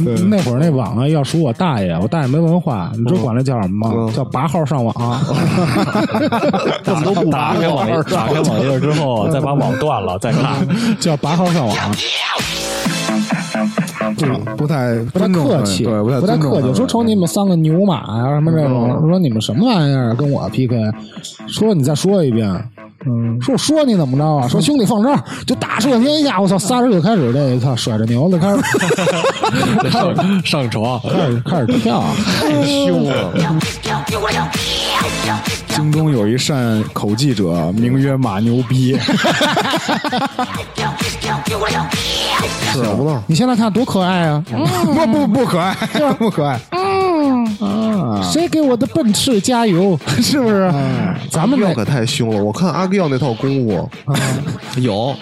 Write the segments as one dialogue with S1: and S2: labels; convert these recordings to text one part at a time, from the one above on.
S1: 嗯
S2: 那会儿那网啊，要数我大爷，我大爷没文化，你知道管这叫什么吗？
S1: 嗯
S2: 叫拔号上网。啊
S3: 怎么都不 打开网页，打开网页之 后，再把网断了，再看。
S1: 嗯
S2: 叫拔号上网，
S1: 不不太
S2: 不太
S1: 尊重
S2: 客气，
S1: 对，嗯
S2: 不
S1: 太
S2: 太嗯
S1: 尊重
S2: 客气。
S1: 他
S2: 说瞅你们三个牛马呀、什么这种，说你们什么玩意儿跟我 PK，说你再说一遍，
S1: 嗯
S2: 说我说你怎么着啊？说兄弟放这儿就大赦天下，我操！仨人就开始这一套甩着牛子开始
S3: 上上床，
S2: 开始开始跳，
S1: 太凶了。京东有一善口技者，名曰马牛逼，是不到。
S2: 你现在看多可爱 啊！
S1: 不不不可爱， 不可爱，啊
S2: 谁给我的奔驰加油？ 是不是？咱们
S4: 药
S2: 那
S4: 嗯可太凶了。我看阿 Giao 那套功夫，
S2: 嗯
S4: 有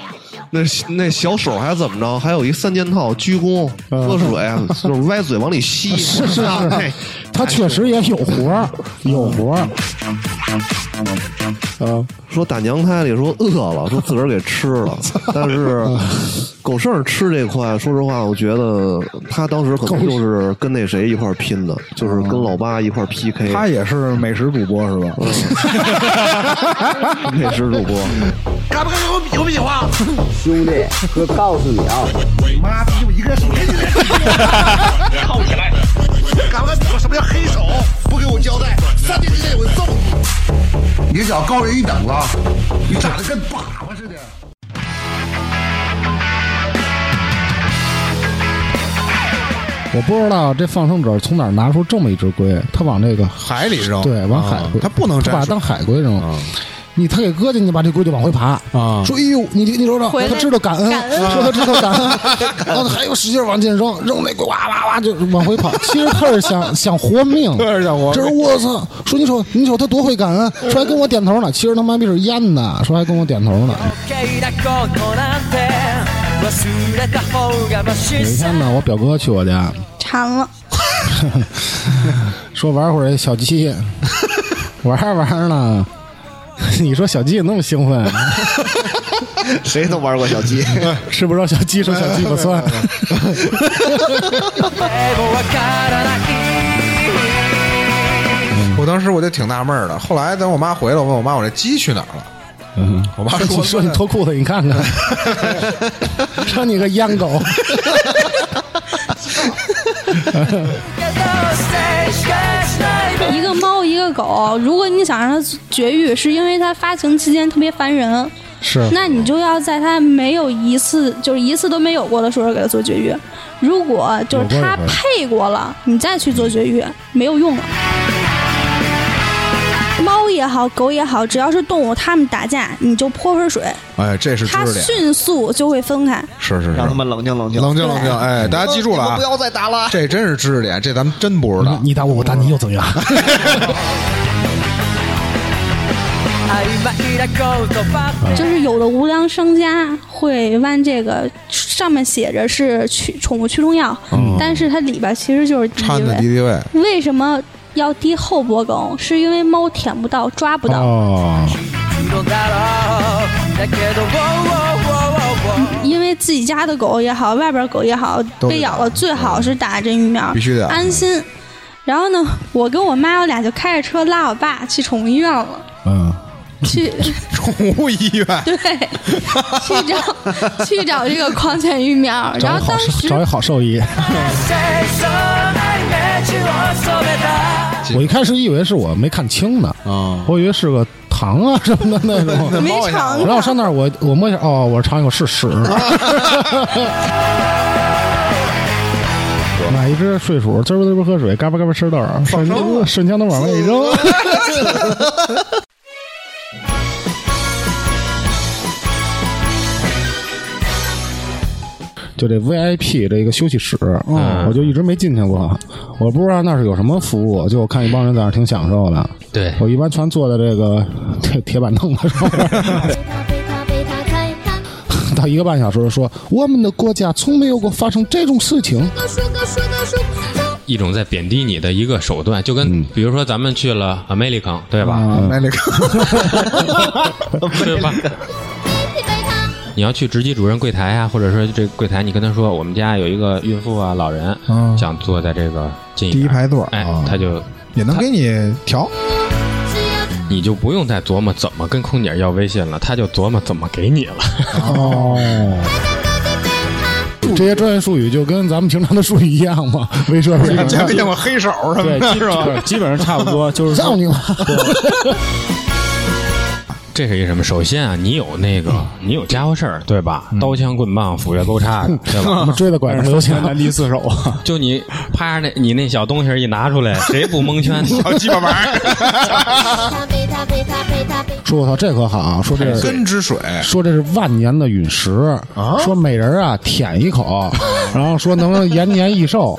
S4: 那那小手还怎么着？还有一三件套，鞠躬、喝水，就是歪嘴往里吸。
S2: 嗯是是
S4: 哎
S2: 是，他确实也有活 儿，有活儿。
S4: 说打娘胎里说饿了，说自个儿给吃了，但 是狗剩吃这块，说实话，我觉得他当时可能就是跟那谁一块儿拼的，就是跟老八一块儿 PK。
S1: 他也是美食主播是吧？
S4: 美食主播，
S5: 兄弟，哥告诉你啊，
S6: 敢不敢说什么叫黑手？不给我交代，三天之内我就揍你！你找高人一等
S7: 啊
S6: 了，你长得跟粑粑似的。
S2: 我不知道这放生者从哪儿拿出这么一只龟，他往这个
S7: 海
S5: 哎
S7: 里扔，
S2: 对往海
S7: 啊
S2: 龟，
S7: 它不能
S2: 他把
S7: 沾
S2: 它
S7: 水
S2: 当海龟扔。你他给搁进去吧，这龟就往回爬
S7: 啊
S2: 说哎呦，你你瞅瞅，
S8: 回来
S2: 他知道感恩，
S8: 感恩
S2: 说他知道感 恩，然后他还有使劲往进扔，扔那龟哇哇哇就往回跑。其实他是想想活命，
S7: 他是想活命
S2: 这是我操！说你瞅你瞅他多会感恩，说还跟我点头呢，其实他妈逼是烟的，说还跟我点头呢。有一天呢，我表哥去我家，
S8: 馋了，
S2: 说玩会儿小鸡，玩着玩着呢， 你说小鸡有那么兴奋，
S4: 谁都玩过 小鸡，
S2: 吃不着小鸡说小鸡巴酸，
S7: 我当时我就挺纳闷儿的。后来等我妈回来，我问我妈我这鸡去哪儿了，我妈
S2: 说
S7: 说
S2: 你说你脱裤子你看 看，说你个烟狗，
S8: 一个猫一个狗，如果你想让它绝育，是因为它发情期间特别烦人，
S2: 是
S8: 那你就要在它没有一次就是一次都没有过的时候给它做绝育。如果就是
S2: 有过
S8: 它
S2: 有过
S8: 配过了，你再去做绝育没有用了。猫也好，狗也好，只要是动物，它们打架，你就泼盆水，
S7: 哎，这是知
S8: 它
S7: 识点，
S8: 迅速就会分开。
S7: 是是是，
S5: 让他们冷静冷静。
S7: 冷静冷静，哎，大家记住了啊
S5: 不，要再打了。嗯
S7: 这真是知识点，这咱们真不知道。
S2: 你打我我打你又怎么样？
S8: 就是有的无良商家会弯这个，上面写着是驱宠物驱虫药，但是它里边其实就是敌
S7: 掺的敌
S8: 畏。
S7: 敌畏，
S8: 为什么要滴后脖梗？是因为猫舔不到、抓不到，
S2: 哦，
S8: 因为自己家的狗也好，外边狗也好，
S7: 都得
S8: 被咬了最好是打针疫苗，
S7: 必须得打
S8: 安心。然后呢，我跟我妈我俩就开着车拉我爸去宠物医院了，
S2: 嗯，
S8: 去
S7: 宠 物医 院哎
S8: 对去找去找这个狂犬疫苗。然
S2: 找一好
S8: 后当时
S2: 找一好兽医。我一开始以为是我没看清呢，
S7: 啊，
S2: 我以为是个糖啊什么的那种。
S8: 没尝
S2: 然后
S8: 过
S2: 我。上那儿，我我摸一下，哦，我尝一口是屎。买一只睡鼠，滋儿滋儿喝水，嘎巴嘎巴吃豆儿，啊瞬间瞬间都往外一扔。 就这 VIP 这个休息室，我就一直没进去过，我不知道那是有什么服务，就我看一帮人在那儿挺享受的。
S3: 对
S2: 我一般全坐在这个铁铁板凳子上面，到一个半小时就说我们的国家从没有过发生这种事情。
S3: 一种在贬低你的一个手段，就
S7: 嗯
S3: 跟比如说咱们去了 American，对吧？
S7: 嗯 那那个
S3: 对吧？
S9: 你要去直击主任柜台啊，或者说这柜台你跟他说，我们家有一个孕妇啊、老人，
S7: 嗯
S9: 想坐在这个近
S7: 第一
S9: 点儿
S7: 排座儿
S9: 哎
S7: 啊，
S9: 他就
S7: 也能给你调。
S9: 你就不用再琢磨怎么跟空姐要微信了，他就琢磨怎么给你了。
S2: 哦，这些专业术语就跟咱们平常的术语一样嘛，威慑是
S7: 见没见过黑手什么
S5: 对，
S7: 的，
S5: 基
S7: 是吧？
S5: 本基本上差不多，就是
S2: 造
S5: 说
S2: 你 妈！
S9: 这是一什么？首先啊，你有那
S7: 嗯
S9: 个，你有家伙事儿，对吧？刀枪棍棒、斧钺钩叉的，对吧？
S2: 他 们追的拐子都行，
S5: 难敌四手啊，
S9: 就你啪那，你那小东西一拿出来，谁不 蒙圈？
S7: 小鸡巴玩儿，
S2: 说我操，这可好，啊说这
S7: 根之水，
S2: 说这是万年的陨石说每人啊舔一口，然后说能延年益寿，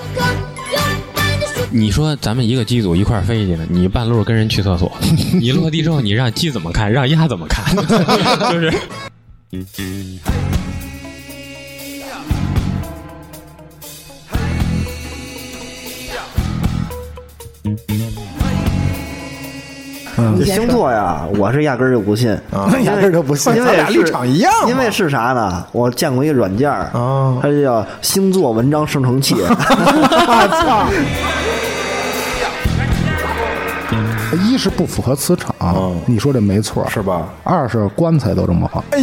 S9: 你说咱们一个机组一块儿飞去呢，你半路跟人去厕 所，你落地之后，你让鸡怎么看？让鸭怎么看？ 就是
S4: 这星座呀，我是压根儿就不信，
S10: 嗯啊压根儿就不信
S4: 因为
S10: 咱俩
S4: 是
S10: 立场一样嘛啊
S4: 因为是啥呢？我见过一个软件儿，它就叫星座文章生 成器。
S2: 一是不符合磁场，你说这没错是吧？二是棺材都这么放，哎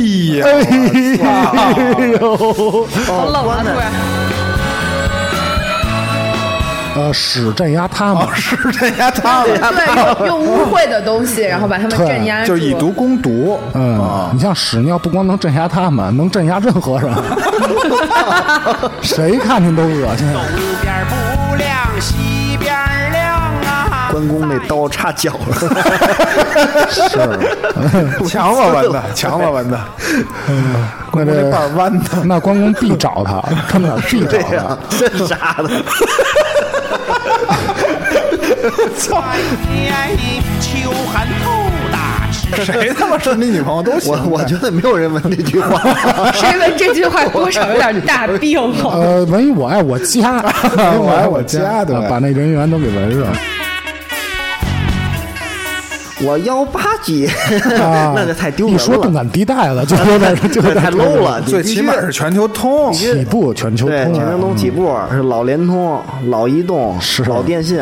S4: 好冷啊！突然，
S2: 呃，屎镇压他们，
S10: 是这家他们
S11: 对，用污秽的东西，然后把他们镇压住，
S10: 就是以毒攻毒，
S2: 嗯，你像屎尿不光能镇压他们，能镇压任何人，谁看见都恶心。
S4: 关公那刀插脚了，
S10: 强 子纹的，强子纹的，
S2: 那
S10: 我这
S2: 这
S10: 板儿弯的，
S2: 那关公必找他，他们俩必找
S4: 这
S2: 他
S4: 样。 真傻的。
S10: 谁他妈是你女朋友都行
S4: 我。我觉得没有人问这 句话，
S11: 谁问这句话多少有点大病啊了。
S2: 呃，文艺我爱我家，
S10: 我爱我家对
S2: 把那人员都给纹上。
S4: 我幺八几，
S2: 啊
S4: 那就太丢人
S2: 一说动
S4: 了，
S2: 感地带了，就有 点就有
S4: 这
S2: 点
S4: 太 low 了。你
S7: 最
S4: 必须
S7: 起码是全球通。
S2: 起步全球
S4: 对，
S2: 通
S4: 全京
S2: 了，
S4: 东起步
S10: 嗯
S4: 是老联通、老移动、
S2: 是
S4: 老电信。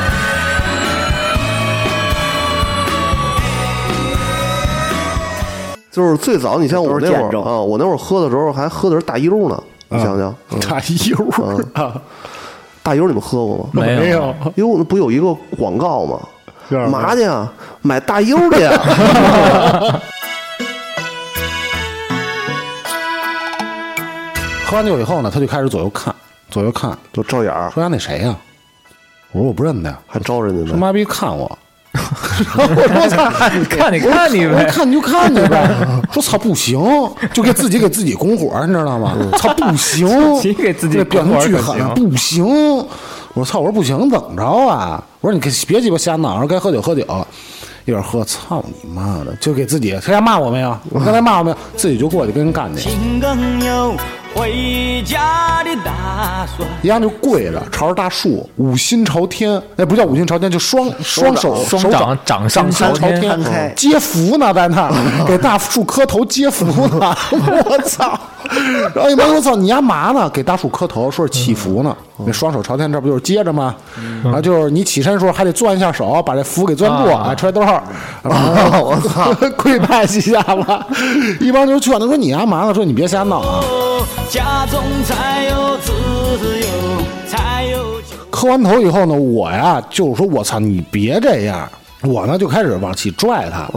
S12: 就是最早，你像我
S4: 都
S12: 那
S4: 是见
S12: 会儿
S4: 证
S12: 啊，我那会儿喝的时候还喝的是大一溜呢，
S10: 嗯
S12: 你想想，
S2: 大油啊，
S12: 大一溜你们喝过吗？
S2: 没有，
S12: 哟，那不有一个广告吗？
S2: 是
S10: 嗯
S12: 嘛去啊？买大优去啊！
S2: 喝完酒以后呢，他就开始左右看，左右看，
S12: 就照眼儿，
S2: 说呀哎那谁呀？我说我不认得呀，
S12: 还招人家
S2: 说
S12: 呢。
S2: 妈逼看我，
S5: 看你看你
S2: 我说，看你就看你呗，说操不行，就给自己给自己拱火，你知道吗？操不 行，
S5: 己给自己
S2: 这表
S5: 拱
S2: 情
S5: 火
S2: 巨
S5: 可
S2: 狠，
S5: 行
S2: 不行。我说操，我说不行，怎么着啊？我说你可别鸡巴瞎闹，我说该喝酒喝酒，一会儿喝，操你妈的，就给自己，谁还骂我没有？我刚才骂我没有？自己就过去跟人干去，一样就跪着，朝着大树，五心朝天，那不叫五心朝天，就双双手
S5: 双
S2: 手
S5: 掌掌上
S2: 五心
S5: 朝
S2: 朝
S5: 天
S4: 摊开
S2: 接福呢，在 那儿给大树磕头接福呢，我操！然后一帮人说：“操，你丫嘛呢？”给大树磕头，说是祈福呢。
S5: 嗯
S2: 那双手朝天，这不就是接着吗？然后就是你起身的时候还得攥一下手，把这福给攥
S5: 啊
S2: 住，哎，出来兜 号。我操， 跪拜几下吧。一帮人就劝他说：“你丫嘛呢？说你别瞎闹啊！”磕完头以后呢，我呀就是说我操，你别这样，我呢就开始往起拽他，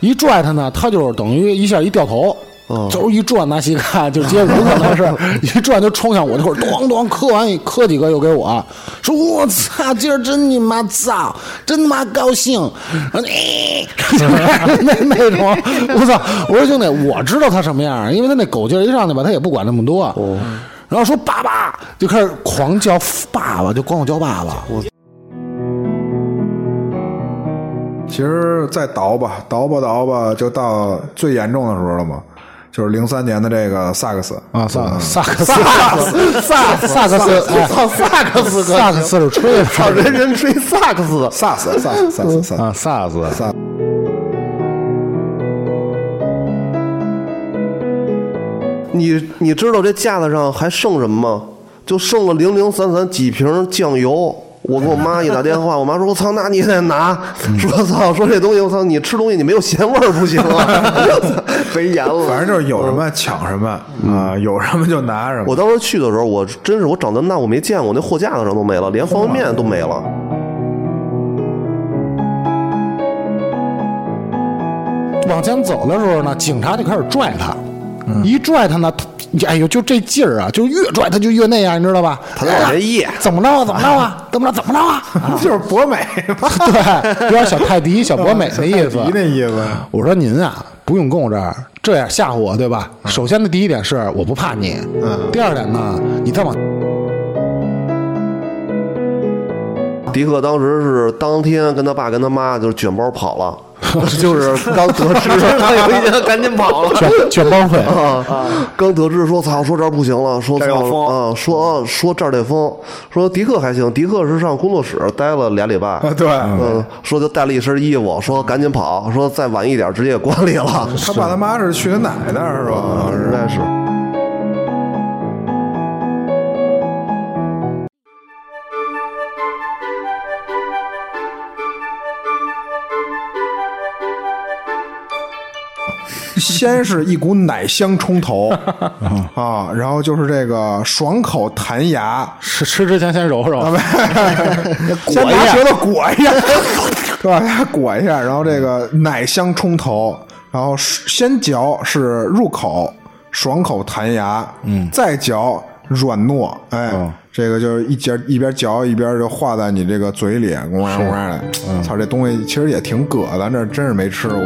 S2: 一拽他呢，他就是等于一下一掉头。就是一转拿膝盖，就接如可能是一转就冲向我，这会儿咣咣磕完磕几个又给我，说我操，今儿真你妈造，真他妈高兴，然后 哎，那那种，我操，我说兄弟，我知道他什么样儿，因为他那狗劲儿一上去吧，他也不管那么多，然后说爸爸，就开始狂叫爸爸，就管我叫爸爸。
S7: 其实再倒吧，倒吧倒吧，就到最严重的时候了嘛，就是零三年的这个萨克斯嗯
S2: 啊，萨萨克斯，萨克斯，萨克斯，操，萨克斯，萨克斯是吹的，操，人人吹萨克斯
S7: 萨斯萨啊
S2: 啊
S7: 斯萨斯萨斯
S2: 啊，萨斯，
S4: 你你知道这架子上还剩什么吗？就剩了零零散散几瓶酱油。我给我妈一打电话，我妈说：“我操，那你也得拿。”说：“操，说这东西，我操，你吃东西你没有咸味儿不行啊，没盐了。”
S7: 反正就是有什么抢什么啊，有什么就拿什么。
S4: 我当时去的时候，我真是我长这么大我没见过，那货架子上都没了，连方便面都没了。
S2: 往前走的时候呢，警察就开始拽他，一拽他呢，他哎呦，就这劲儿啊，就越拽他就越那样，你知道吧？
S4: 他老人意
S2: 哎呀怎么着啊？怎么着啊？怎么着？怎么着 啊？
S7: 就是博 美，
S2: 对，有点小泰迪、小博美那意思
S7: 小泰迪。那意思。
S2: 我说您啊，不用跟我这儿这样吓唬我，对吧？
S7: 嗯
S2: 首先的第一点是我不怕你，第二点呢，你再 往
S4: 迪克当时是当天跟他爸跟他妈就是卷包跑了。 就是刚得知 他有一天赶紧跑了，
S2: 卷卷包会
S4: 啊！ 刚得知说操，说这儿不行了，说
S5: 这儿要
S4: 操
S5: 封
S4: 啊，说啊说这儿得封，说迪克还行，迪克是上工作室待了俩礼拜，
S5: 啊
S7: 对
S4: 嗯，说就带了一身衣服，说赶紧跑，说再晚一点直接关里 了，
S7: 他爸他妈是去他奶奶那儿是吧？
S4: 啊实在是。
S7: 先是一股奶香 冲头啊，然后就是这个爽口弹牙，
S2: 吃吃之前先揉揉，
S7: 先拿舌头裹一下， 对吧？裹一下，然后这个奶香冲头，然后先嚼是入口爽口弹牙，嗯，再嚼软糯，哎，这个就是一嚼一边嚼一边就化在你这个嘴里，咣咣咣的。操、这东西其实也挺葛的，咱这真是没吃过。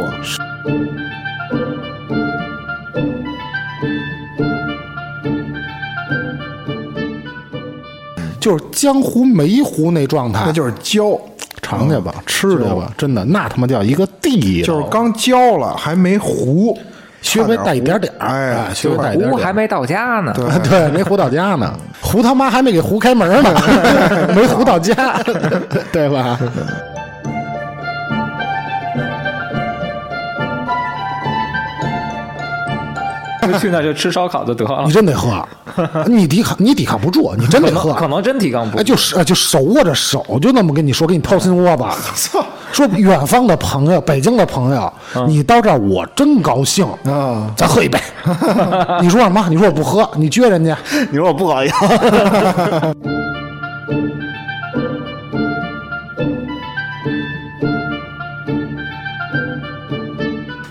S2: 就是江湖没湖那状态，
S7: 那就是焦，
S2: 尝去吧，吃去吧，真的，那他妈叫一个地道，
S7: 就是刚焦了还没糊，
S2: 稍微带一点点儿，
S7: 哎，
S2: 稍微带一点
S13: 屋
S2: 点
S13: 还
S2: 儿。
S13: 没到家呢，
S7: 对
S2: 对，没糊到 家呢，糊他妈还没给糊开门呢，没糊到家， 对吧？
S13: 就去那就吃烧烤就得了
S2: 你。真得喝，你抵抗你抵抗不住，你真得喝，
S13: 可能真提纲不
S2: 哎，就是哎就手握着手，就那么跟你说，给你掏心窝子。操！说远方的朋友，北京的朋友，
S13: 嗯
S2: 你到这儿我真高兴啊！咱喝一杯。 你说什么？你说我不喝，你撅人家。
S4: 你说我不好意思，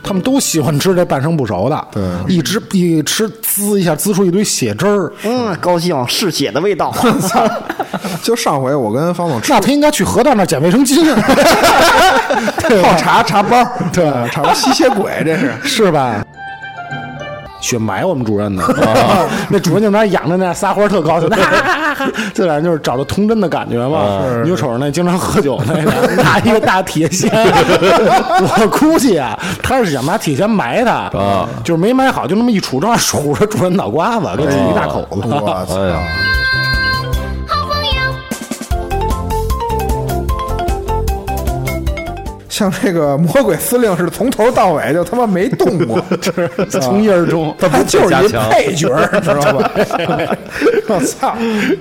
S2: 他们都喜欢吃这半生不熟的，对，一吃一吃滋一下滋出一堆血汁儿，
S5: 嗯，高兴嗜血的 味道。
S7: 就上回我跟方总吃
S2: 那他应该去河道那儿捡卫生巾，啊 对吧
S7: 泡茶茶包，
S2: 对，
S7: 茶包吸血鬼这是。
S2: 是吧？雪埋我们主 任呢，那主任就在那儿仰着那撒欢儿特 高兴，这俩人就是找着童真的感觉嘛。你就瞅着那经常喝酒那个， 拿一个大铁 锨，我估计啊，他是想拿铁锨埋他，就是没埋好，就那么一杵，正好杵着主任脑瓜子，给挤一大口子。
S7: 我操！像这个魔鬼司令是从头到尾就他妈没动过，
S2: 从一而终，
S7: 他不就是一配角儿，知道吧？ 我操，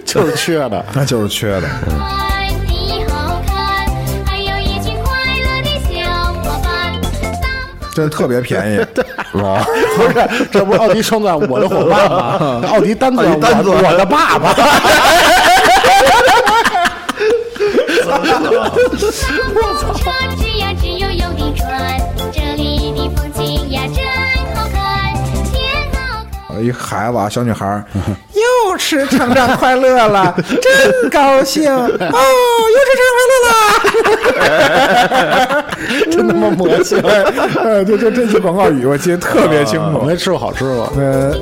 S2: 就是缺 的。
S7: 那就是缺的。
S14: 快你好看，还有一群快乐的小伙伴。
S7: 真特别便 宜，
S2: 不是，这不是奥迪双钻我的伙伴吗？啊奥迪单钻我我的爸 爸。
S14: 车吱呀吱悠悠地转，这里的风景呀真好看，天好看。
S7: 一孩子啊，小女孩 儿，
S6: 又吃成长快乐了，真高兴哦！又吃成长快乐了。
S2: 真他妈魔性！
S7: 哎，就就这句广告语，我记得特别清楚。
S2: 没吃过好吃吗？
S7: 呃，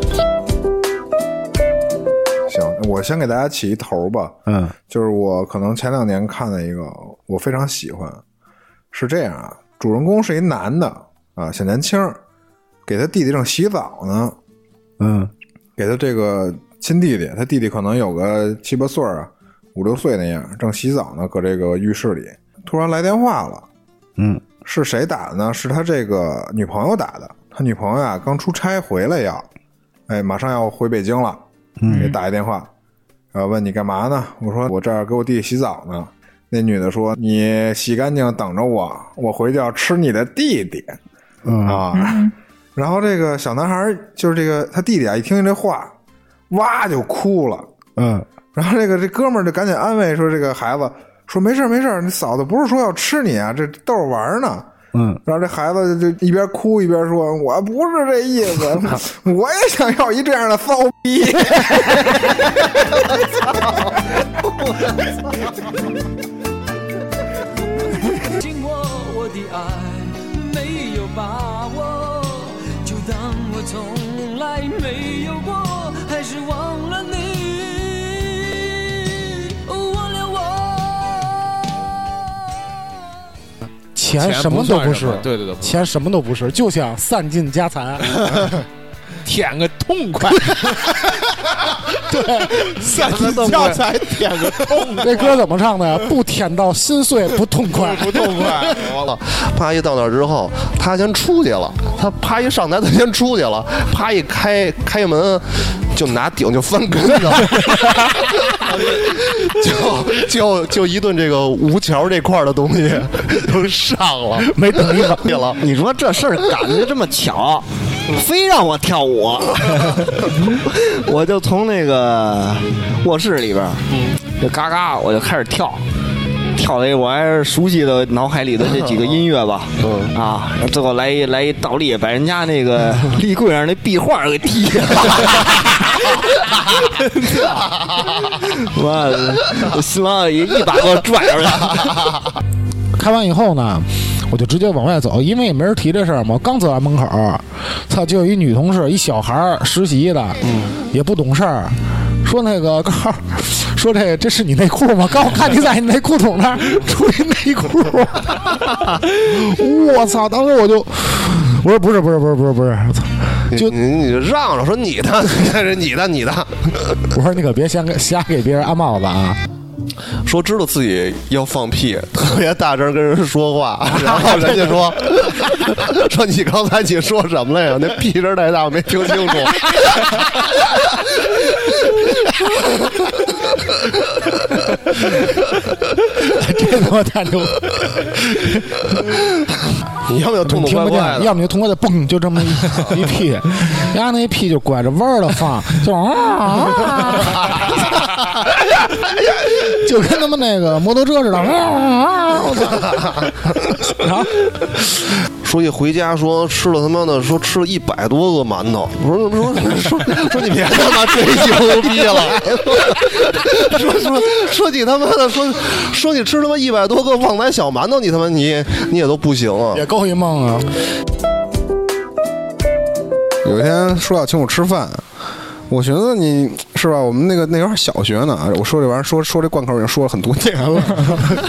S7: 行，我先给大家起一头吧。
S2: 嗯，
S7: 就是我可能前两年看的一个，我非常喜欢。是这样啊，主人公是一男的啊，小年轻儿，给他弟弟正洗澡呢，
S2: 嗯，
S7: 给他这个亲弟弟，他弟弟可能有个七八岁儿啊，五六岁那样，正洗澡呢，搁这个浴室里，突然来电话了。
S2: 嗯，
S7: 是谁打的呢？是他这个女朋友打的。他女朋友啊，刚出差回来要，哎，马上要回北京了，
S2: 嗯
S7: 给打一电话，呃，问你干嘛呢？我说我这儿给我弟洗澡呢。那女的说：“你洗干净等着我，我回去要吃你的弟弟。”
S2: 嗯
S7: 啊，然后这个小男孩儿就是这个他弟弟啊，一听这话，哇就哭了。
S2: 嗯，
S7: 然后这个这哥们儿就赶紧安慰说：“这个孩子说没事儿没事儿，你嫂子不是说要吃你啊，这逗着玩儿呢。”
S2: 嗯，
S7: 然后这孩子就一边哭一边说：“我不是这意思， 我也想要一这样的骚逼。
S15: 紧握我的爱，没有把握，就当我从来没有过，还是忘了你，忘了我。
S2: 钱
S16: 钱
S2: 什
S16: 不
S2: 么都
S16: 算
S2: 不
S16: 什
S2: 是
S16: 么，对对对不
S2: 钱什么都不是，就想散尽家财，
S16: 舔个痛 快。 对，三
S2: 散尽
S16: 斤
S2: 家
S16: 教
S2: 财
S16: 材舔个痛快。
S2: 这歌怎么唱的呀？不舔到心碎不痛 快，
S16: 不痛快。
S4: 完了， 啪一到那儿之后，他先出去了，他啪一上台，他先出去了，啪一开开门，就拿顶就翻跟头， 就就就一顿这个吴桥这块儿的东西 都上了，
S5: 没等一会
S4: 去了。
S5: 你说这事儿赶的这么巧，非让我跳舞， 我就从那个卧室里边儿，就嘎嘎我就开始跳。跳了一，我还是熟悉的脑海里的这几个音乐吧，
S4: 嗯
S5: 啊，最后来一来一倒立，把人家那个立柜上那壁画给踢了， 妈的，我新郎一一把给我拽出来。
S2: 开完以后呢，我就直接往外走，因为也没人提这事儿嘛。刚走到门口儿，操，就有一女同事，一小孩儿实习的，也不懂事儿，说那个 告诉我说这这是你内裤吗？刚我看你在你内裤筒那儿出一内裤，我操！当时我就，我说不是不是不是不是不是，我操！
S4: 就你你就让着说 你的，是你的你的，
S2: 我说你可别先给瞎给别人安帽子啊！
S4: 说知道自己要放屁，特别大声跟人说 话，然后人家说 说你刚才你说什么了呀？那屁声太大，我没听清 楚。
S2: 这他妈太牛！
S4: 你要不要痛痛
S2: 听
S4: 快
S2: 不
S4: 快
S2: 见，
S4: 的？
S2: 要么就痛快的蹦，就这么一一屁，人家那一屁就拐着弯儿的放，就啊， 就跟他们那个摩托车似的，啊，我操！然后
S4: 说一回家说吃了他妈的说吃了一百多个馒头，我说说说 说你别他妈吹牛逼了，说说说你他妈的说说你吃他妈一百多个旺仔小馒头，你他妈你你也都不行啊。
S2: 也够一梦啊！
S7: 有一天说要请我吃饭，我寻思你是吧？我们那个那时候还小学呢，啊我说这玩意儿说说这贯口已经说了很多年了，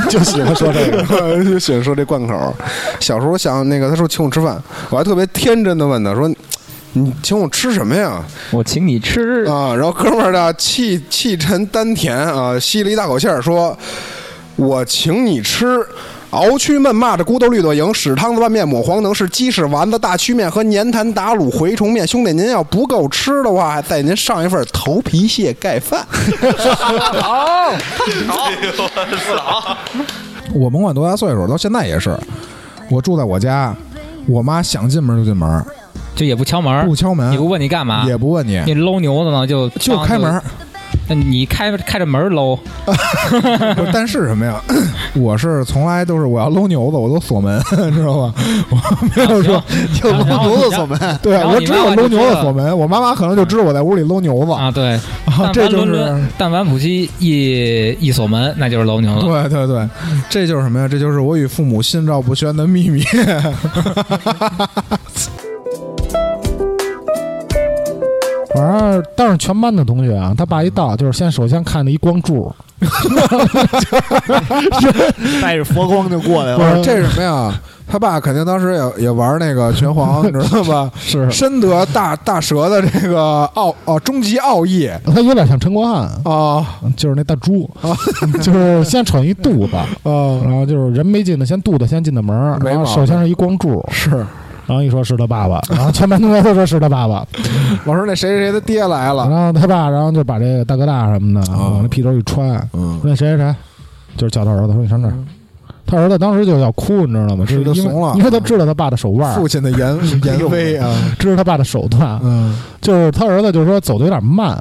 S2: 就喜欢说这
S7: 个，就喜欢说这贯口。小时候我想那个，他说请我吃饭，我还特别天真的问他说。你请我吃什么呀？
S13: 我请你吃
S7: 啊！然后哥们儿的气气沉丹田啊，吸了一大口气儿，说：“我请你吃熬曲焖蚂蚱骨头绿豆蝇、屎汤子拌面、抹黄能是鸡屎丸子、大曲面和粘痰打卤蛔虫面。兄弟，您要不够吃的话，还带您上一份头皮蟹盖饭。
S13: 好，
S4: 好，好，
S17: 我甭管多大岁数，到现在也是，我住在我家，我妈想进门就进门，
S18: 就也不敲门，
S17: 不敲门，
S18: 也不问你干嘛，
S17: 也不问你
S18: 你搂牛子呢就
S17: 就开门。
S18: 那你开开着门搂，
S17: 不是但是什么呀？ 我是从来都是我要搂牛子，我都锁门， 知道吗？我没有
S18: 啊
S17: 说
S18: 就搂牛子锁门
S17: 对
S18: 然后
S17: 我
S18: 你
S17: 只
S18: 妈
S17: 有
S18: 妈就
S17: 搂牛
S18: 知
S17: 子
S18: 道
S17: 锁门。我妈妈可能就知道我在屋里搂牛子
S18: 啊，对，
S17: 啊
S18: 但
S17: 这
S18: 凡
S17: 就
S18: 伦
S17: 是
S18: 敦，但凡普西一一锁门，那就是搂牛
S17: 对
S18: 了。
S17: 对对，这就是什么呀？这就是我与父母心照不宣的秘密。
S2: 反正但是全班的同学啊，他爸一到就是先首先看的一光柱，
S17: 带着佛光就过
S2: 来了
S17: 不是这是什么呀？他爸肯定当时也也玩那个拳皇，你知道 吧？是深得大大蛇的这个奥哦终极奥 义。
S2: 他有点像陈国汉
S17: 啊，
S2: 就是那大猪啊，就是先闯一肚子啊，然后就是人没进的先肚子先进的门儿，
S17: 没
S2: 然后
S17: 毛
S2: 首先
S17: 病
S2: 是一光柱，
S17: 是，
S2: 然后一说是他爸爸，然后全班同学都说是他爸爸。
S7: 我说那谁谁谁的爹来了，
S2: 然后他爸，然后就把这个大哥大什么的往
S17: 啊
S2: 那屁兜一穿，说那谁谁谁，就是叫他儿子，说你上这儿。他儿子当时就要哭，你知道吗？就是是
S7: 就
S2: 嗯因为
S7: 怂了
S2: 因为他知道他爸的手腕，
S7: 父亲的严严威啊，
S2: 知道他爸的手段，嗯，就是他儿子就是说走的有 点慢，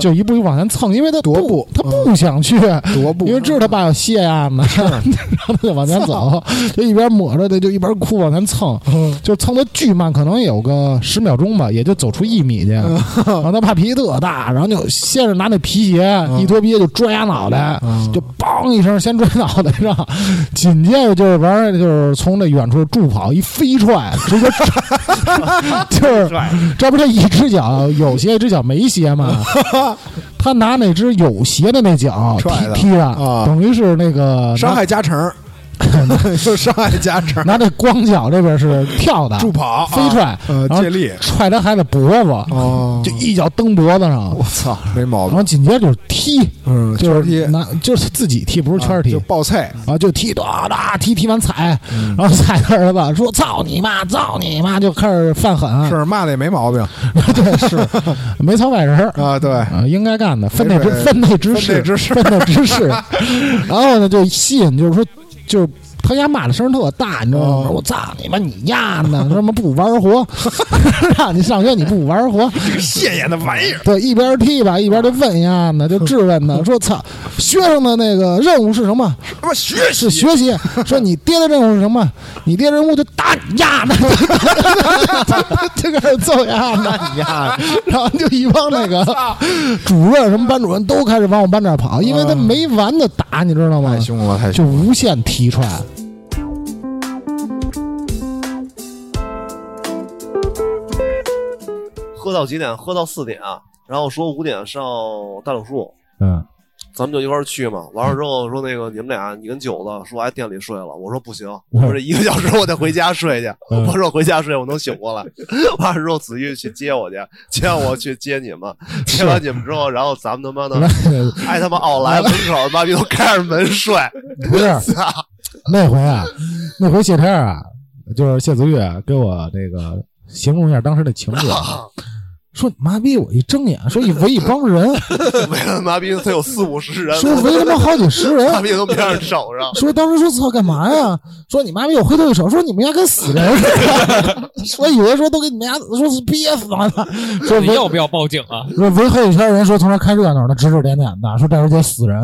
S2: 就一步一步往前蹭，因为他踱步，他
S17: 嗯
S2: 不想去踱步，因为知
S17: 啊
S2: 道他爸要歇呀嘛，然后他就往前走，就一边抹着的就一边哭往前蹭，
S7: 嗯
S2: 就蹭的巨慢，可能有个十秒钟吧，也就走出一米去，
S7: 嗯
S2: 然后他爸脾气特大，然后就先是拿那皮鞋
S7: 嗯
S2: 一脱皮鞋就拽压脑袋，就梆一声先拽脑袋上，紧接着就是玩儿就是从那远处助跑一飞踹，直 接。就是这不是一只脚有鞋，一只脚没鞋 吗？他拿那只有鞋的那脚踢
S7: 踹的啊
S2: 踢的，等于是那个
S7: 伤害加 成，就伤害加成，
S2: 拿那光脚这边是跳的，
S7: 助跑
S2: 飞踹
S7: 啊，呃
S2: 然后
S7: 借力哦
S2: 踹他孩子脖
S17: 哦
S2: 子，就一脚蹬脖子上，
S7: 我操，没毛
S2: 然
S7: 病。
S2: 后紧接着就是踢，
S7: 嗯，
S2: 就是
S7: 踢
S2: 拿就是自己踢，不是圈儿踢，
S7: 就嗯爆菜
S2: 啊，就踢哒哒踢踢完踩，然后踩他儿子说操你妈，操你妈，就开始犯狠，啊
S7: 是骂的也没毛病，
S2: 对，是没操外人儿
S7: 啊，对
S2: 啊，应该干的，分内之
S7: 没准儿哎
S2: 分内之
S7: 分内
S2: 事，
S7: 之事
S2: 分内之事。 然后呢，就吸引，就是说，就是他家骂的声儿特大，你知道吗？我操你妈，你丫呢？他妈不玩活， 让你上学你不玩活，
S19: 现眼的玩意儿。
S2: 对，一边踢吧，一边就问丫呢，就质问呢，说操，学生的那个任务是什么？
S19: 什么学
S2: 是学习。说你爹的任务是什么？你爹任务就打你丫呢， 就开始揍丫呢，然后就一帮那个主 任什么班主任都开始往我们班这儿跑，因为他没完的打，你知道吗？太
S7: 凶了，啊太
S2: 就无限踢踹。
S5: 喝到几点？喝到四点，然后说五点上大柳树，
S2: 嗯，
S5: 咱们就一块儿去嘛。完了之后说那个你们俩，你跟九子说哎店里睡了，我说不行，我说这一个小时我得回家睡去，
S2: 嗯
S5: 我说我回家睡我能醒过来。完了之后子玉去接我去，接完我去接你们，接完你们之后，然后咱们他妈的挨他妈奥莱门口他妈逼都开着门睡，
S2: 不是
S5: 操
S2: 那回啊，那回谢天儿啊，就是谢子玉啊给我那个形容一下当时的情景，啊 说妈逼，我一睁眼，说一围一帮 人，
S5: 围了他妈逼他有四五十人，
S2: 说围他妈好几十人
S5: 他们也都没让人找上。
S2: 说当时说操干嘛呀？说你妈逼，我挥动一手，说你们家跟死人似的，说以为说都给你们家说是憋死完了，说
S11: 你
S2: 围
S11: 要不要报警 啊？
S2: 说围好几圈人，说从那看热闹的指指点点的，说这儿得死人，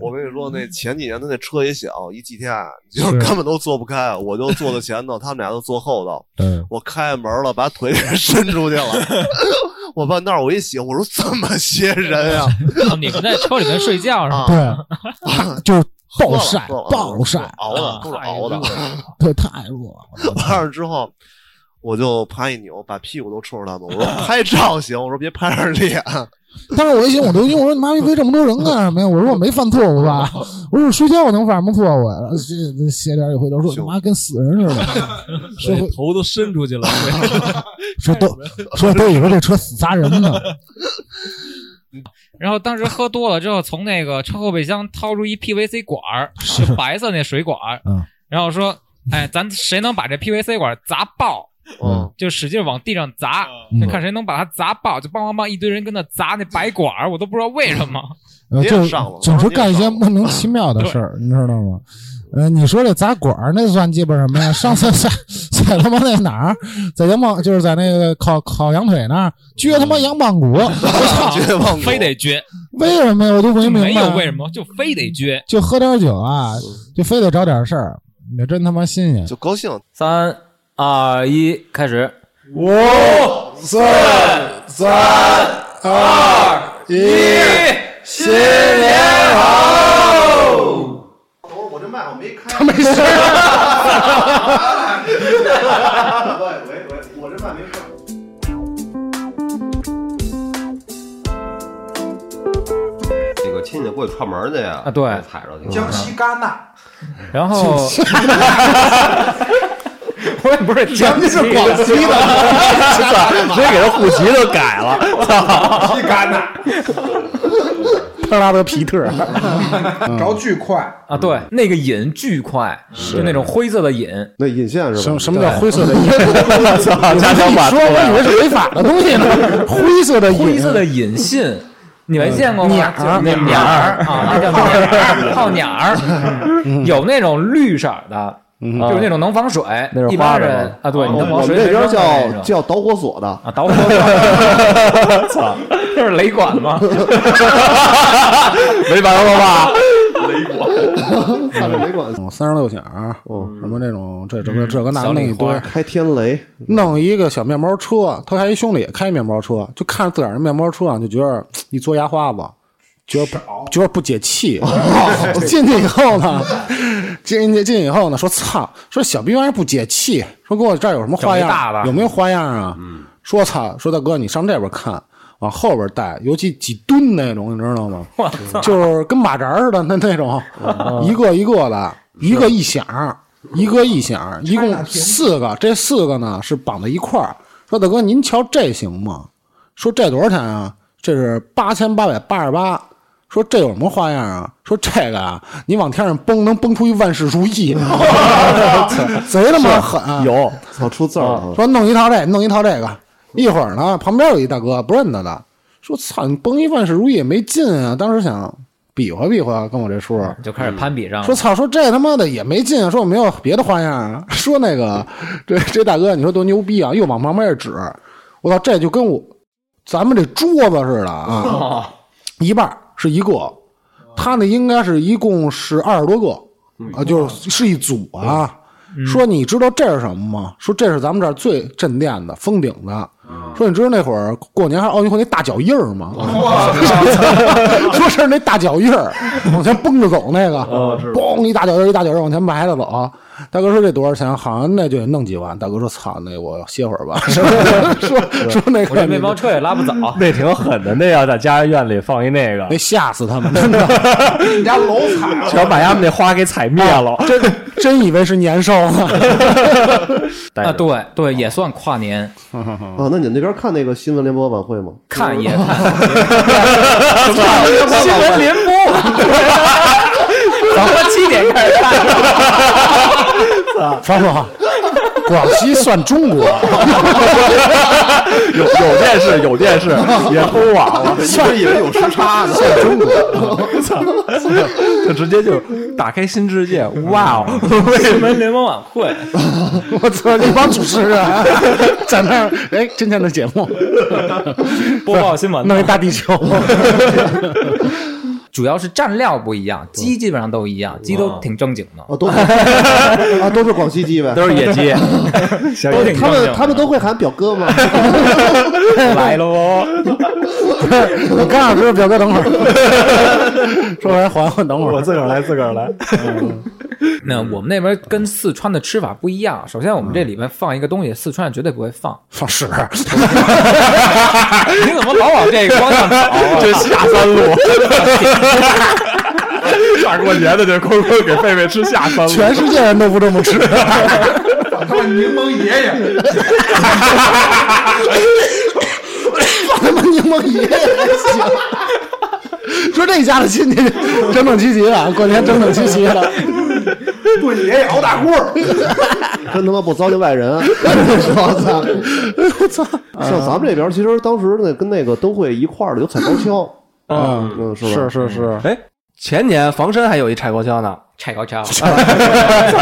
S5: 我跟你说，那前几年他那车也小，一 GTI 就是根本都坐不开，我就坐在前头，他们俩都坐后头。
S2: 嗯，
S5: 我开门了，把腿给伸出去了。 我半道儿我一醒，我说这么些人呀、
S11: 啊你们在车里面睡觉是吧？
S2: 对，就是 暴晒
S5: 喝了喝了
S2: 暴晒，
S5: 熬的都是熬的。
S2: 对，太弱了。
S5: 完了之后，我就啪一扭，把屁股都冲着他们。我说拍照行，我说别拍着脸。
S2: 当时我一想，我都因为我说你妈逼围这么多人干什么呀？我说我没犯错误吧？我说我睡觉我能犯什么错误呀？然后这这斜脸一回头说，你妈跟死人似的，说
S9: 对头都伸出去了，
S2: 说都说都以为这车死仨人呢。
S11: 然后当时喝多了之后，从那个车后备箱掏出一 PVC 管儿，就白色那水管儿，
S2: 嗯，
S11: 然后说，哎，咱谁能把这 PVC 管儿砸爆？
S2: 嗯，
S11: 就使劲往地上砸，就看谁能把它砸爆，就梆梆梆，一堆人跟那砸那白管儿，我都不知道为什么。
S2: 呃，就总是干一些莫名其妙的事儿，你知道吗？呃，你说这砸管儿那算鸡巴什么呀？上次在 在他妈那哪儿，在羊棒就是在那个烤烤羊腿那儿撅他妈羊棒骨，
S11: 啊非得撅，
S2: 为什么呀？我都没
S11: 就
S2: 明白。
S11: 没有为什么，就非得撅。
S2: 就喝点酒啊，就非得找点事儿，也真他妈新鲜。
S5: 就高兴。
S9: 三二一，开始。
S2: 五
S7: 四三二一，新年好！
S5: 他没
S7: 事
S20: 这个亲戚过去串门去呀，
S9: 啊 对
S20: 踩着
S11: 嗯
S20: 去。
S9: 江
S20: 西
S7: 戛纳，
S9: 然后
S20: 我也不是
S9: 江西的
S20: 直接给他户籍都改了。
S9: 西
S20: 干
S9: 的。
S2: 特拉德皮特，
S7: 着巨快，
S9: 啊，对，那个瘾巨快，就那种灰色的瘾，
S4: 那引线是吧？
S2: 什什么叫灰色的瘾？
S9: 我
S2: 我跟你说，我以为是违法的东西呢。灰色的瘾，
S9: 灰色的引信，你没见过吗？鸟
S2: 儿
S9: 那
S2: 鸟
S9: 鸟
S2: 儿
S9: 儿啊，那叫鸟儿，泡鸟
S4: 嗯
S9: 儿，有那种绿色的，就是那种能防水，
S4: 那
S9: 一
S4: 是花
S9: 般
S4: 的吗哦
S9: 人啊，对，你能
S4: 我
S9: 防
S4: 们
S9: 水
S4: 这边
S9: 那
S4: 叫
S9: 种
S4: 叫导火索的，
S9: 啊，导火索，操，这是雷 管吗？
S2: 没玩过吧？
S4: 看着没管。
S2: 三十六响儿，哦什么那种这这个这个那
S4: 小
S2: 那
S4: 礼
S2: 一堆
S4: 花，开天雷，
S2: 弄一个小面包车，他还一兄弟也开面包车，就看着自个儿那面包车啊，就觉得一嘬牙花子，觉得不觉得不解气。 进去以后呢，进进进去以后呢，说操，说小逼玩意儿不解气，说给我这儿有什么花
S9: 整一大
S2: 样，
S9: 的
S2: 有没有花样啊？说操，说大哥你上这边看。往后边带，尤其几吨那种，你知道吗？
S9: 我操
S2: 就是啊跟马扎似的那那种，一个一个的，一个一响，一个一响，一共四个，这四个呢是绑在一块儿。说大哥，您瞧这行吗？说这多少钱啊？这是八千八百八十八。说这有什么花样啊？说这个啊，你往天上崩，能崩出一万事如意， 贼他妈狠、啊
S4: 有，操，出字儿了。
S2: 说弄一套这，弄一套这个。一会儿呢，旁边有一大哥不认得的，说：“操，你崩一万事如意也没劲啊！”当时想比划比划，跟我这叔，
S9: 就开始攀比上了，
S2: 说操，说这他妈的也没劲啊！说我没有别的花样啊！ 说那个这这大哥，你说多牛逼啊！又往旁边一指，我操，这就跟我咱们这桌子似的啊，一半儿是一个，他那应该是一共是二十多
S9: 嗯
S2: 个啊，就是是一组啊。说你知道这是什么吗？说这是咱们这儿最镇店的封顶的。
S9: 嗯
S2: 说你知道那会儿过年还是奥运会那大脚印儿吗？
S9: 哦
S2: 说是那大脚印儿往前蹦着走那个，
S9: 哦
S2: 嘣一大脚印儿一大脚印儿往前埋着走。大哥说这多少钱？好像那就得弄几万。大哥说操，那我歇会儿吧。 说说那
S9: 我这
S2: 个
S9: 面包车也拉不走，
S11: 那挺狠的，那要在家院里放一那个
S2: 那，吓死他们，真的。
S7: 你家楼踩了，
S11: 全把他们那花给踩灭
S13: 啊
S11: 了。
S2: 真真以为是年兽呢。
S9: 啊，对对，也算跨年，
S4: 啊，那你们那边看那个新闻联播晚会吗？
S9: 看也
S4: 看
S9: 新闻联播， 早上七点开始看，
S2: 方总，广西算中国，
S11: 有有电视，有电视，也偷网了，
S4: 一直以为有时差呢。
S11: 中国，操，就直接就打开新世界，哇哦！
S9: 新闻联播晚会，
S2: 我操，那帮主持人啊在那儿，哎，今天的节目
S9: 播报新闻，
S2: 弄一大地 球。
S9: 主要是蘸料不一样，鸡基本上都一样，鸡都挺正经 的，
S4: 哦，都啊，都是广西鸡呗，
S9: 都是野鸡都挺
S4: 他
S9: 正
S4: 们
S9: 经
S4: 他 们都会喊表哥吗？
S9: 来喽哦，
S2: 我告诉你，表哥，等会儿，说完还还，等会儿，
S11: 我自个儿来，自个儿来。
S9: 那我们那边跟四川的吃法不一样。首先，我们这里面放一个东西，四川人绝对不 会放。
S2: 放屎！
S9: 你怎么老往这个方向走啊？
S11: 这下三路， 大过年的，这坤坤给狒狒吃下三路，
S2: 全世界人都不这么吃。
S7: 他们柠檬爷爷，
S2: 他妈柠檬爷还行。说这家的亲戚整整齐齐的，过年整整齐齐的。
S7: 炖爷爷熬大锅儿，
S4: 真他妈不糟践外人！我
S2: 操！
S4: 像咱们这边，其实当时那跟那个灯会一块儿的有踩高跷，
S11: 嗯
S4: 嗯，吧？
S11: 是是。哎，前年房山还有一踩高跷呢，
S9: 踩高跷，
S11: 踩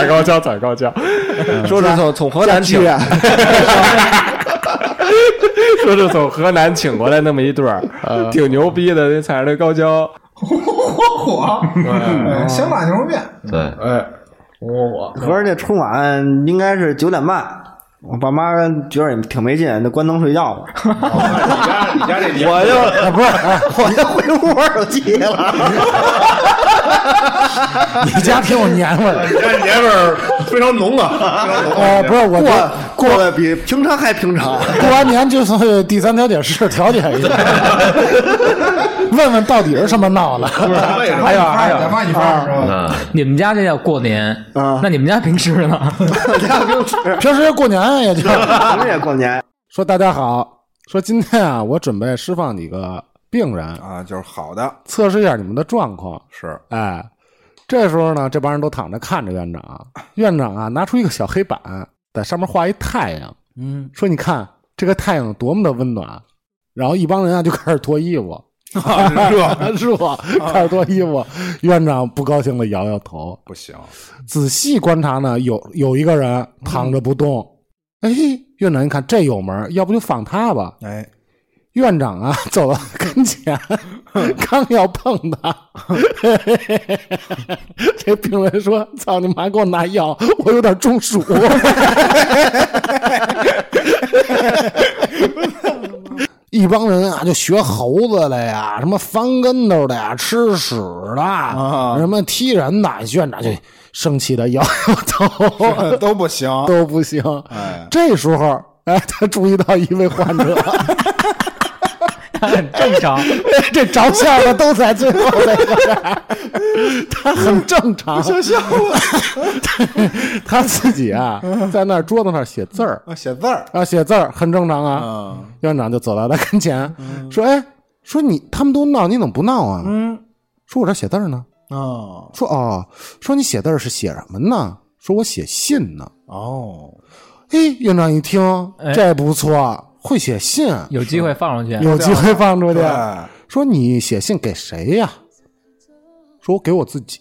S11: 高跷，踩高跷，说是从从河南请，说是从河南请过来那么一对 儿，
S5: 啊
S11: 挺牛逼的，那踩着那高跷，嗯
S7: 火火，香辣牛肉面，
S11: 对，
S7: 哎，我
S5: 合着那春晚应该是九点半，我爸妈觉得也挺没劲，那关灯睡觉吧。
S7: 你家这
S5: 我就
S2: 啊不是，
S5: 我就回屋玩手机了。
S2: 你家哎挺有年味儿。
S16: 你家年味儿非常浓啊，非常浓
S2: 哦，不是我
S5: 过
S2: 这
S5: 过得比平常还平常。
S2: 过完年就算第三调解室调解一下，问问到底是什么闹的。哎
S7: 还有还有，再发一发是吧？
S9: 你们家这叫过年啊？那你们家平时呢？
S2: 平时过年也就
S5: 平时也过年。
S2: 说大家好，说今天啊，我准备释放几个病人
S7: 啊，就是好的，
S2: 测试一下你们的状况。
S7: 是，
S2: 哎，这时候呢，这帮人都躺着看着院 长，院长啊拿出一个小黑板，在上面画一太阳，
S13: 嗯，
S2: 说你看这个太阳有多么的温暖，然后一帮人啊就开始脱衣 服。
S7: 啊热
S2: 热，开始脱衣服。院长不高兴的摇摇头，
S7: 不行。
S2: 仔细观察呢，有有一个人躺着不动。哎，院长一看这有门儿，要不就放他吧。
S7: 哎，
S2: 院长啊， 走到跟前，刚要碰他， 这病人说：“操你妈，给我拿药，我有点中暑。” 一帮人啊，就学猴子的呀，什么翻跟头的呀，吃屎的，什么踢人的，哎院长就生气的 摇摇头，
S7: 都不行，
S2: 都不行。
S7: 哎，
S2: 这时候，哎，他注意到一位患者，
S13: 很 正常，
S2: 哎这着相的都在最后那个这儿， 他很正 常，
S7: 笑了，
S2: 他自己啊，在那儿桌子上写字儿，
S7: 啊写字儿，
S2: 啊，写字儿很正常
S7: 嗯
S2: 啊。院长就走到他跟前，说：“哎，说你他们都闹，你怎么不闹啊？”嗯，说我这写字儿呢。
S7: 哦，
S2: 说哦，说你写字儿是写什么呢？说我写信呢。
S7: 哦，
S2: 哎，院长一听
S9: 哎，
S2: 这不错，会写信，
S9: 有机会放上去，
S13: 嗯
S2: 有机会放出去
S9: 对。
S2: 说你写信给谁呀？说我给我自己。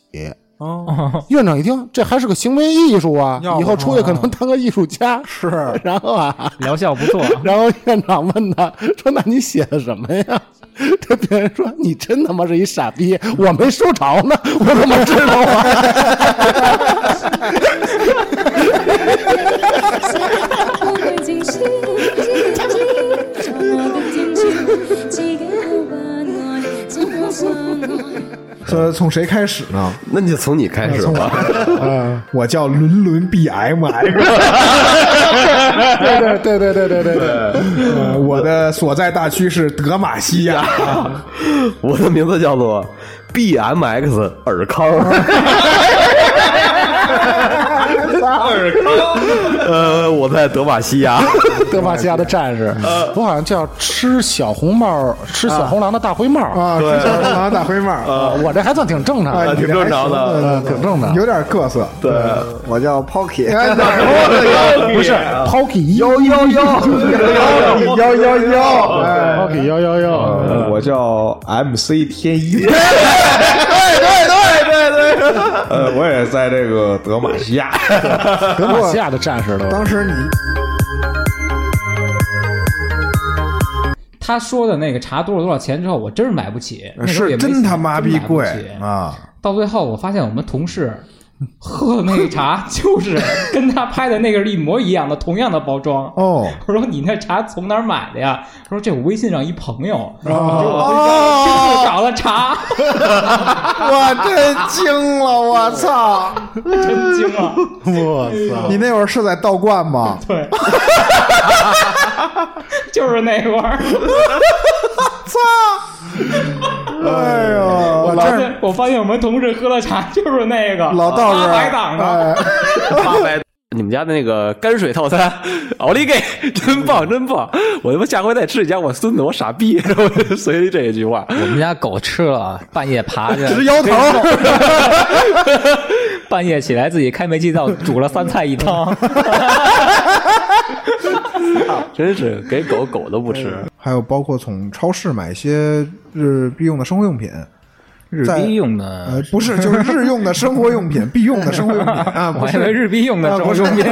S7: 哦，
S2: 院长一听，这还是个行为艺术啊！
S7: 要不
S2: 以后出去可能当个艺术家。
S7: 是，
S2: 然后啊，
S9: 疗效不错。
S2: 然后院长问他说：“那你写的什么呀？”这别人说：“你真他妈是一傻逼！我没收着呢，我怎么知道啊？”
S7: 这从谁开始呢？
S16: 那你就从你开始吧。
S7: 嗯，我叫伦伦 BMX。对对对对对对对对，呃我的所在大区是德玛西亚。
S16: 我的名字叫做 BMX 尔康，
S7: 耳
S16: 呃，我在德玛西亚。
S2: 德玛西亚的战士，我好像叫吃小红帽，吃小红狼的大灰帽啊
S7: 吃小红狼的大灰帽
S16: 呃
S2: 啊！我这还算挺正常
S7: 啊
S2: 的，
S7: 你这还行
S2: 嗯挺正常。
S7: 有点各色。
S16: 对，哎
S5: 我叫 Pocky，
S2: 不是
S11: 啊
S2: Pocky
S7: 幺幺幺幺幺幺，哎
S2: ，Pocky 幺幺幺，
S11: 哎
S6: 呃我叫 MC 天一，
S16: 对对对，
S6: 呃，我也在这个德玛西亚。
S2: 德玛西亚的战士的。
S7: 当时你
S9: 他说的那个茶多少多少钱之后，我真是买不起，
S13: 呃
S9: 那时候
S7: 是
S9: 也没
S7: 真
S9: 钱
S7: 他妈
S9: 真
S7: 逼
S9: 买不
S7: 贵
S9: 起
S7: 啊！
S9: 到最后，我发现我们同事喝的那个 茶就是跟他拍的那个是一模一样的，同样的包装。
S7: 哦，
S9: 我说你那茶从哪儿买的呀？他说这我微信上一朋友，然后我给我
S7: 哦
S9: 微信亲自找了茶，
S7: 我真惊了，我操！
S9: 真惊了！
S2: 我
S7: 你那会儿是在道观吗？
S9: 对， 就是那会儿。
S7: 操！哎呦，
S9: 我
S7: 我
S9: 发
S7: 这
S9: 现我发现我们同事喝了茶就是那个
S7: 老道士
S9: 八百档的，
S11: 八百。你们家的那个泔水套餐，奥利给，真棒真 棒！我他妈下回再吃你家我孙子，我傻逼， 然后就随意这一句话，
S13: 我们家狗吃了，半夜爬着，
S7: 直摇头，
S13: 半夜起来自己开煤气灶煮了三菜一汤。
S11: 真是给狗狗都不吃。
S7: 还有包括从超市买一些日必用的生活用品，
S9: 日
S7: 在
S9: 逼用的
S7: 呃不是就是日用的生活用品，必用的生活用品啊，
S9: 我
S7: 不
S9: 还
S7: 是
S9: 以为日逼用的
S7: 啊
S9: 这
S7: 不
S9: 种
S7: 是
S9: 用品。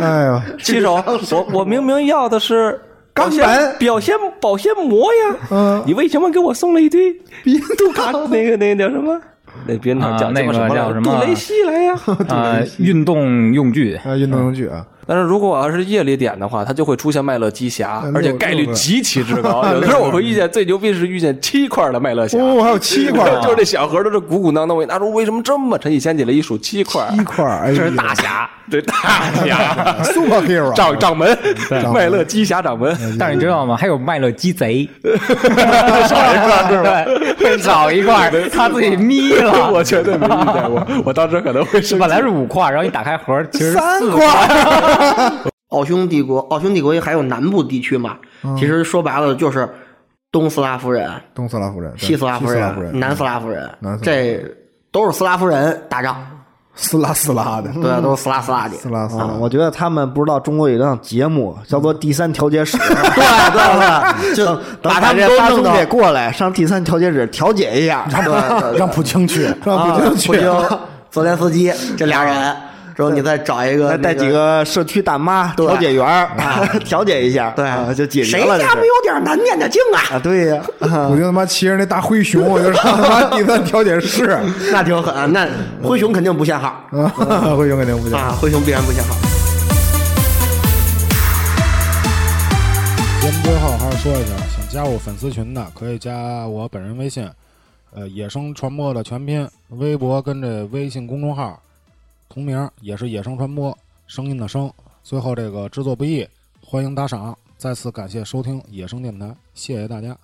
S7: 哎呦，
S11: 骑手，哦我我明明要的是
S7: 钢板
S11: 表现保鲜膜呀，
S7: 嗯，
S11: 你为什么给我送了一堆冰杜卡那个那个叫什么？那别人
S9: 啊
S11: 叫
S9: 那
S11: 叫
S9: 个
S11: 什么
S9: 叫
S11: 来
S9: 什
S11: 着？
S9: 么
S11: 杜蕾西 来呀！
S9: 啊，运动用具，
S7: 啊，运动用具啊，
S11: 但是如果我要是夜里点的话，它就会出现麦乐鸡侠
S7: 嗯，
S11: 而且
S7: 六
S11: 概率
S7: 六个。
S11: 极其之高 有的时候我会遇见最牛逼是遇见七块的麦乐侠，，
S7: 哦，还有七块
S11: 就是这小盒都是鼓鼓囊囊。我一拿出为什么这么沉？一掀起来一数七块，
S7: 一块，哎
S11: 这
S7: 呦
S11: 是大侠，对 大侠，
S7: Super Hero
S11: 掌掌门
S7: 啊门， 嗯
S11: 麦乐鸡侠掌门。
S9: 但是你知道吗？还有卖了鸡贼，
S11: 少一块是吧？
S9: 对，少一 块儿，他自己眯了。
S11: 我绝对没遇见过，我当时可能会生
S9: 本来
S11: 气。
S9: 是五块，然后一打开盒，其实是
S5: 三
S7: 嗯
S9: 四
S5: 块。奥匈帝国，奥匈帝国还有南部地区嘛？其实说白了就是
S4: 东斯拉夫人、
S7: 东斯拉夫人、对
S4: 西斯拉夫
S7: 西
S4: 人、
S7: 斯拉夫人
S4: 南斯拉夫人，
S7: 南斯拉夫
S4: 这都是斯拉夫人打仗，
S7: 斯拉斯拉的，
S4: 对，都是斯拉斯拉的。
S7: 斯拉斯
S4: 啊
S7: 拉，
S4: 我觉得他们不知道啊中国有一档节目叫做《第三调 解室》，对对对，就把他们都弄到得过来，上第三调解室调解一下，对对对
S11: 让普京去，
S4: 啊
S11: 让普京去，
S4: 普京、泽连斯基这俩人，然后你再找一个，
S11: 再带几
S4: 个社区大妈调解员啊， 调解一下，对，就解决
S7: 谁
S4: 了。
S7: 家没
S4: 有点难念的经啊？啊，对呀，
S7: 我就他妈骑着那大灰熊，我就上他妈第三调解室，
S4: 那挺狠。那灰熊肯定不限号，
S7: 灰熊肯定不行
S4: 啊，灰熊必然不限号。
S9: 节目最后还是说一下，想加入粉丝群的可以加我本人微信，呃，野生传播的全拼，微博跟这微信公众号同名，也是野生传播，声音的声。最后这个制作不易，欢迎打赏。再次感谢收听野生电台，谢谢大家。